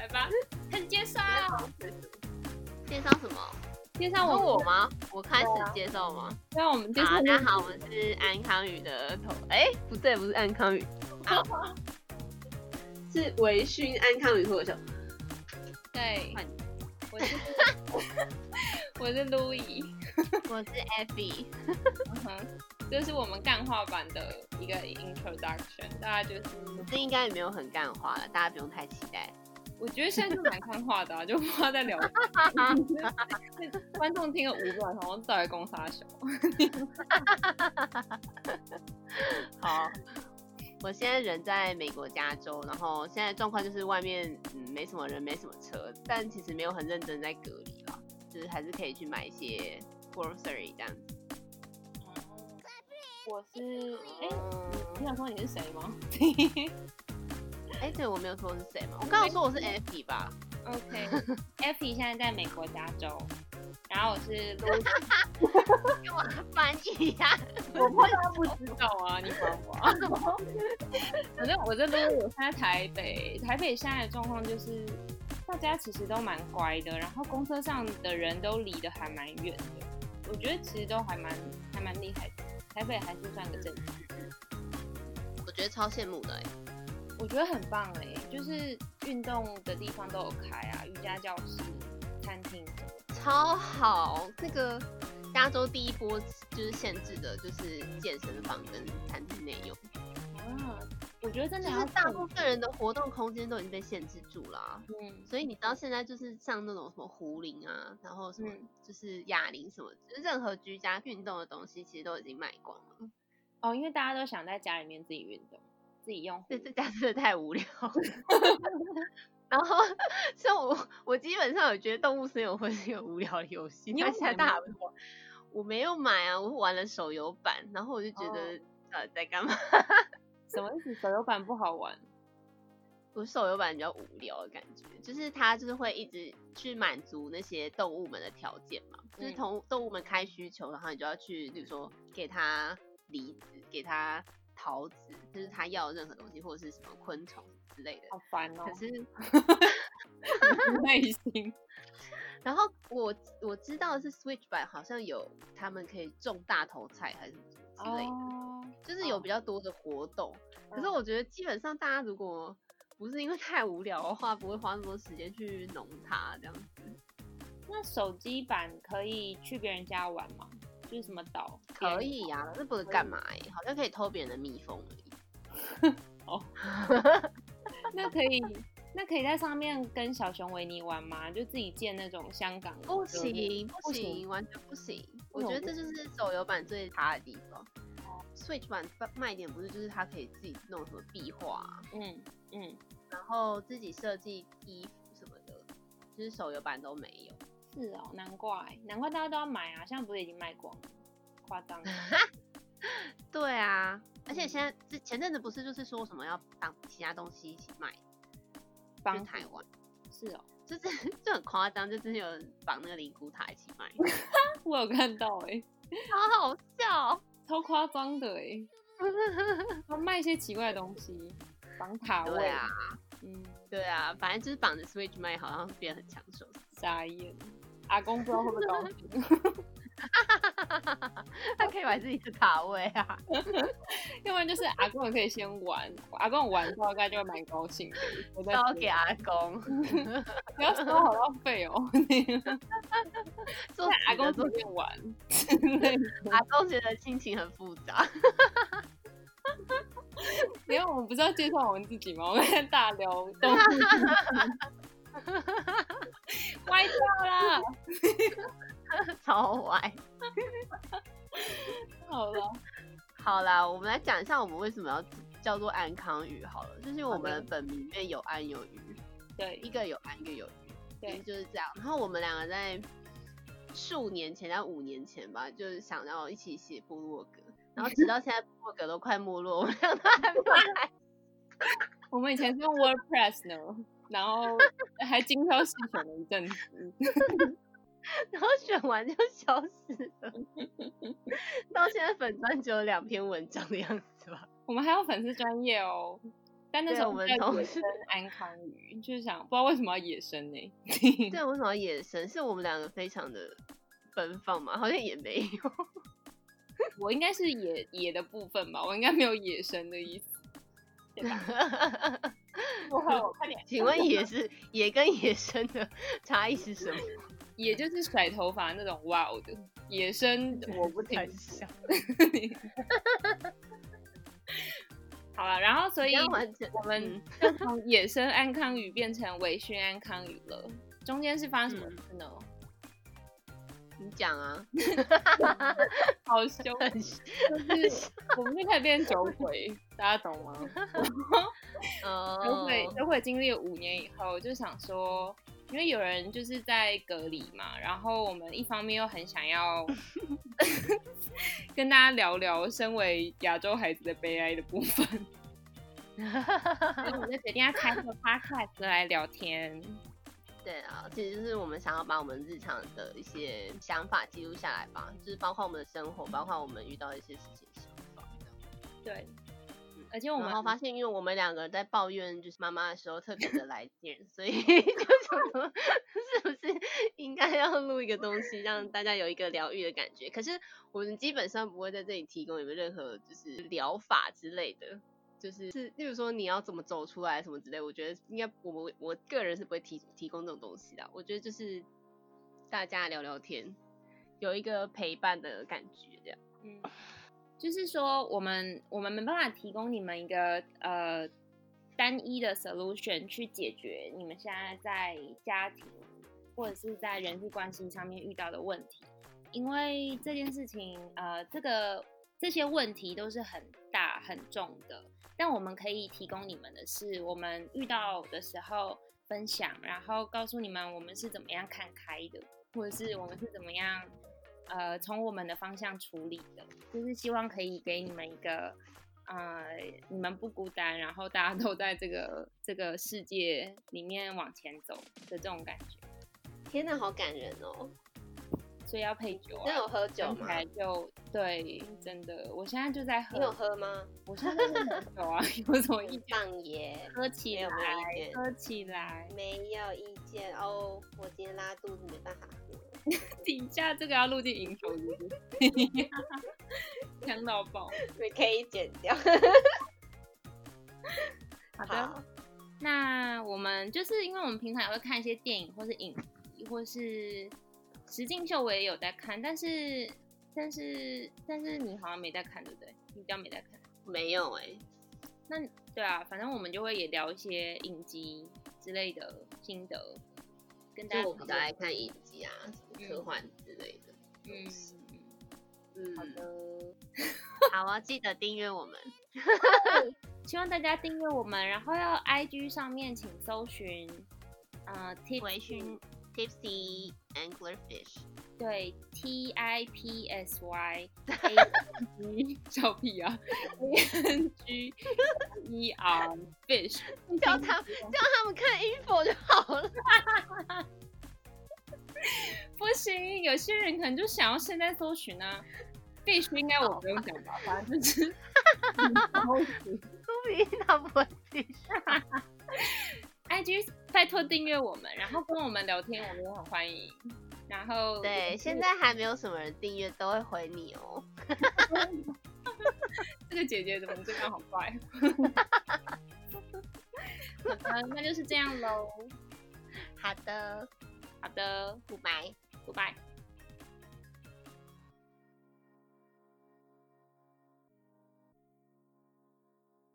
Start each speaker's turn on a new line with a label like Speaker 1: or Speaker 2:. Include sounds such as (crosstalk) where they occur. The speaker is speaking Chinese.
Speaker 1: 嗯
Speaker 2: 吗？就是
Speaker 1: 介绍什么？
Speaker 3: 介
Speaker 1: 那
Speaker 3: 绍
Speaker 1: 我
Speaker 3: 我们，
Speaker 1: 吗？我开始
Speaker 2: 对啊
Speaker 1: 介绍吗？
Speaker 3: 对啊，我们介绍
Speaker 1: 啊，
Speaker 3: 你
Speaker 1: 大家哦好，我们是安康宇的头，哎、不对，不是安康 (laughs) 宇，啊是维讯安康宇脱口秀。
Speaker 3: 对
Speaker 1: 换你，
Speaker 3: 我是 (laughs) 我是 Louis，
Speaker 1: (laughs) 我是 Abby，
Speaker 3: 嗯哼，这是我们干话版的一个 introduction，大家就是
Speaker 1: 这应该也没有很干话了，大家不用太期待。
Speaker 3: 我觉得现在就蛮看话的、啊， (laughs) 就不知道在聊什么，观众听了五秒，然后到底攻杀小，
Speaker 1: (laughs) 好，我现在人在美国加州，然后现在状况就是外面嗯没什么人，没什么车，但其实没有很认真在隔离啦，就是还是可以去买一些 grocery 这样子。
Speaker 3: 我是哎、
Speaker 1: 嗯
Speaker 3: 你想说你是谁吗
Speaker 1: 哎、对我没有说是谁嘛，我刚刚说我是 Abby (laughs) 吧？
Speaker 3: (laughs) ？OK，Effie 现在在美国加州，然后我是 Louis。
Speaker 1: 给我翻译呀、
Speaker 2: 我怕大家不知
Speaker 3: 知道啊，你管我、啊？ (laughs) 反正我这边我现在台北，台北现在的状况就是，大家其实都蛮乖的，然后公车上的人都离得还蛮远的，我觉得其实都还蛮还蛮厉害的。台北还是算个正常，
Speaker 1: 我觉得超羡慕的、欸。
Speaker 3: 我觉得很棒哎、就是运动的地方都有开啊，瑜伽教室、餐厅什么的。
Speaker 1: 超好，那个加州第一波就是限制的，就是健身房跟餐厅内用，
Speaker 3: 啊，我觉得真
Speaker 1: 就
Speaker 3: 的
Speaker 1: 是
Speaker 3: 要
Speaker 1: 大部分人的活动空间都已经被限制住了啊、
Speaker 3: 嗯，
Speaker 1: 所以你知道现在就是像那种什么壶铃啊，然后什么
Speaker 3: 嗯
Speaker 1: 就是哑铃什么，就是任何居家运动的东西，其实都已经卖光了。
Speaker 3: 哦，因为大家都想在家里面自己运动，自己用户
Speaker 1: 这这家真的太无聊
Speaker 3: (laughs)
Speaker 1: 了。然后像我，我基本上有觉得动物森友会是一个无聊的游戏，
Speaker 3: 你有
Speaker 1: 但现在
Speaker 3: 买
Speaker 1: 大
Speaker 3: 吗
Speaker 1: 家不玩我没有买啊，我玩了手游版，然后我就觉得、
Speaker 3: 哦
Speaker 1: 呃在干嘛？ (laughs)
Speaker 3: 什么意思？手游版不好玩。
Speaker 1: 我手游版比较无聊的感觉，就是它就是会一直去满足那些动物们的条件嘛，就是
Speaker 3: 嗯
Speaker 1: 同动物们开需求，然后你就要去，比如说给它梨子，给它桃子，就是它要的任何东西，或者是什么昆虫之类的。
Speaker 3: 好烦哦
Speaker 1: 可，是
Speaker 3: 耐心。
Speaker 1: 然后我我知道的是 Switch 版好像有他们可以种大头菜还是什么之类的，
Speaker 3: 哦，
Speaker 1: 就是有
Speaker 3: 哦
Speaker 1: 比较多的活动。可是
Speaker 3: 嗯
Speaker 1: 我觉得基本上大家如果不是因为太无聊的话，不会花那么多时间去弄它这样子。
Speaker 3: 那手机版可以去别人家玩吗？就是什么岛？
Speaker 1: 可以呀、那不能
Speaker 3: 可以啊
Speaker 1: 干嘛哎、好像可以偷别人的蜜蜂而已。
Speaker 3: 别人。那可以， (laughs) 那可以在上面跟小熊维尼玩吗？就自己建那种香港的
Speaker 1: 不行
Speaker 3: 不
Speaker 1: 不
Speaker 3: 行
Speaker 1: 行，完全不行。我
Speaker 3: 为什
Speaker 1: 觉
Speaker 3: 么哦
Speaker 1: 得这就是手游版最差的地方。Switch 版卖点不是就是它可以自己弄什么壁画啊、
Speaker 3: 嗯嗯，
Speaker 1: 然后自己设计衣服什么的，就是手游版都没有。
Speaker 3: 是哦，难怪难怪大家都要买啊，现在不是已经卖光了，夸张 (laughs) 了。
Speaker 1: 对啊，而且现在之前阵子不是就是说什么要当其他东西一起卖，
Speaker 3: 帮
Speaker 1: 去台湾，
Speaker 3: 是哦，
Speaker 1: 就是 (laughs) 就很夸张，就之前有人绑那个灵骨塔一起 (laughs) 卖，
Speaker 3: 我有看到哎、
Speaker 1: 好好笑。 (laughs)
Speaker 3: 超夸张的哎、他卖一些奇怪的东西，绑塔位
Speaker 1: 对啊，，
Speaker 3: 嗯，
Speaker 1: 对啊，反正就是绑着 Switch 卖，好像变得很抢手。 (laughs)
Speaker 3: 傻眼。阿公不知道会不会高兴，
Speaker 1: 他可以买自己的塔位啊，
Speaker 3: 要不然就是阿公也可以先玩，阿公玩之后大概就会蛮高兴的。我在
Speaker 1: 交给阿公，
Speaker 3: 不要收好浪费
Speaker 1: (laughs)
Speaker 3: 哦，
Speaker 1: 做
Speaker 3: 阿
Speaker 1: 阿
Speaker 3: 公随
Speaker 1: 公做
Speaker 3: 便玩。
Speaker 1: 阿公觉得心情很复杂。 (laughs)
Speaker 3: 没有，我们不是要介绍我们自己吗？我 (laughs) 们在大聊动物，
Speaker 1: (laughs)
Speaker 3: 歪掉啦。
Speaker 1: 超歪。
Speaker 3: 好了，
Speaker 1: 好啦，我们来讲一下我们为什么要叫做安康鱼好了，就是因为我们
Speaker 3: 好
Speaker 1: 的
Speaker 3: 的
Speaker 1: 本名里面有安有鱼，
Speaker 3: 对
Speaker 1: 一个有安，一个有鱼，
Speaker 3: 对
Speaker 1: 其实就是这样。然后我们两个在数年前，在五年前吧，就是想要一起写部落格，然后直到现在部落格都快没落，我们两个还没有来。
Speaker 3: 我们以前是用 WordPress 呢，然后还精挑细选了一阵子。
Speaker 1: 然后选完就消失
Speaker 3: (laughs)
Speaker 1: 了，到现在粉专只有两篇文章的样子吧。
Speaker 3: (laughs) 我们还有粉丝专业哦，但那时候
Speaker 1: 对我们
Speaker 3: 在
Speaker 1: 同
Speaker 3: 野
Speaker 1: 事
Speaker 3: 生安康鱼，就是想不知道为什么要野生呢、
Speaker 1: 对，为什么要野生？是我们两个非常的奔放嘛？好像也没有。
Speaker 3: 我应该是野野的部分吧，我应该没有野生的意思。不会， (laughs) 我快点。
Speaker 1: 请问野是野跟野生的差异是什么？
Speaker 3: 野就是甩头发那种哇哦的，野生 (laughs) 我不清
Speaker 1: 太
Speaker 3: 楚
Speaker 1: 像。
Speaker 3: 好了，然后所以
Speaker 1: 要完成
Speaker 3: 我们
Speaker 1: 嗯
Speaker 3: 就从野生安康鱼变成微醺安康鱼了，中间是发生什么事呢？
Speaker 1: 你讲啊，
Speaker 3: 好凶，
Speaker 1: (laughs) 很像
Speaker 3: (laughs) 就是我们就开始变酒鬼，大家懂吗？都
Speaker 1: 哦， (laughs)
Speaker 3: 会都会经历了五年以后，就想说，因为有人就是在隔离嘛，然后我们一方面又很想 (laughs) 要跟大家聊聊身为亚洲孩子的悲哀的部分，所嗯以我们就决定要开个 podcast 来聊天。
Speaker 1: 对啊，其实就是我们想要把我们日常的一些想法记录下来吧，就是包括我们的生活，包括我们遇到一些事情的想法这样。
Speaker 3: (laughs) 对，而且我们
Speaker 1: 然后发现，因为我们嗯两个在抱怨就是妈妈的时候特别的来劲，所以 (laughs) 就想说，是不是应该要录一个东西，让大家有一个疗愈的感觉？可是我们基本上不会在这里提供你们任何就是疗法之类的，就是是，例如说你要怎么走出来什么之类，我觉得应该我们我个人是不会提提供这种东西的。啊我觉得就是大家聊聊天，有一个陪伴的感觉，这样。
Speaker 3: 嗯，就是说我们我们没办法提供你们一个呃单一的 solution 去解决你们现在在家庭或者是在人际关系上面遇到的问题，因为这件事情呃这个这些问题都是很大很重的，但我们可以提供你们的是我们遇到的时候分享，然后告诉你们我们是怎么样看开的，或者是我们是怎么样呃从我们的方向处理的，就是希望可以给你们一个呃你们不孤单，然后大家都在这个这个世界里面往前走的这种感觉，
Speaker 1: 天哪，好感人哦！
Speaker 3: 所以要配酒
Speaker 1: 那
Speaker 3: 啊。
Speaker 1: 有喝酒
Speaker 3: 想起
Speaker 1: 吗？
Speaker 3: 来就对，真的，我现在就在
Speaker 1: 你有
Speaker 3: 喝，
Speaker 1: 喝吗？
Speaker 3: 我现在就在喝酒啊， (laughs) 有什么意
Speaker 1: 很
Speaker 3: 见？
Speaker 1: 棒耶，
Speaker 3: 喝起
Speaker 1: 没有
Speaker 3: 来，
Speaker 1: 没有意见
Speaker 3: 喝起来， (laughs)
Speaker 1: 没有意见哦。我今天拉肚子没办法喝，
Speaker 3: 底下这个要录进影头是不是？ (laughs) 呛到爆。
Speaker 1: 你 (laughs) 可以剪掉。
Speaker 3: 好的，
Speaker 1: (laughs) (laughs) 好，
Speaker 3: 那我们就是因为我们平常也会看一些电影或是影集，或是实境秀，我也有在看，但是但是但是你好像没在看，对不对？你比较没在看。
Speaker 1: 没有哎、
Speaker 3: 那对啊，反正我们就会也聊一些影集之类的心得，跟大家
Speaker 1: 就我
Speaker 3: 讨
Speaker 1: 比较
Speaker 3: 论
Speaker 1: 爱看影集啊，什么科
Speaker 3: 嗯
Speaker 1: 幻之类的。
Speaker 3: 嗯，
Speaker 1: 嗯， (laughs)
Speaker 3: 好的。
Speaker 1: 好啊，记得订阅我们。
Speaker 3: 希望大家订阅我们，然后要 IG 上面请搜寻，呃，tip
Speaker 1: 微醺 Tipsy Anglerfish，
Speaker 3: 对 T I P S
Speaker 1: (laughs)
Speaker 3: Y A N G 小屁啊 A N G (laughs) E R fish，
Speaker 1: 叫他叫他们看 info 就好了。
Speaker 3: 不行，有些人可能就想要现在搜寻啊，fish 应该
Speaker 1: 哦
Speaker 3: 我不用讲吧，反正就是
Speaker 1: (laughs) 不明他不会自己
Speaker 3: IG 拜托订阅我们，然后跟我们聊天，我们也很欢迎。然后
Speaker 1: 对，现在还没有什么人订阅，都会回你哦。
Speaker 3: 这个姐姐怎么这样好
Speaker 1: (laughs)
Speaker 3: 怪？啊好的，那就是这样喽。
Speaker 1: 好的，
Speaker 3: 好的，
Speaker 1: 拜拜。
Speaker 3: 拜拜。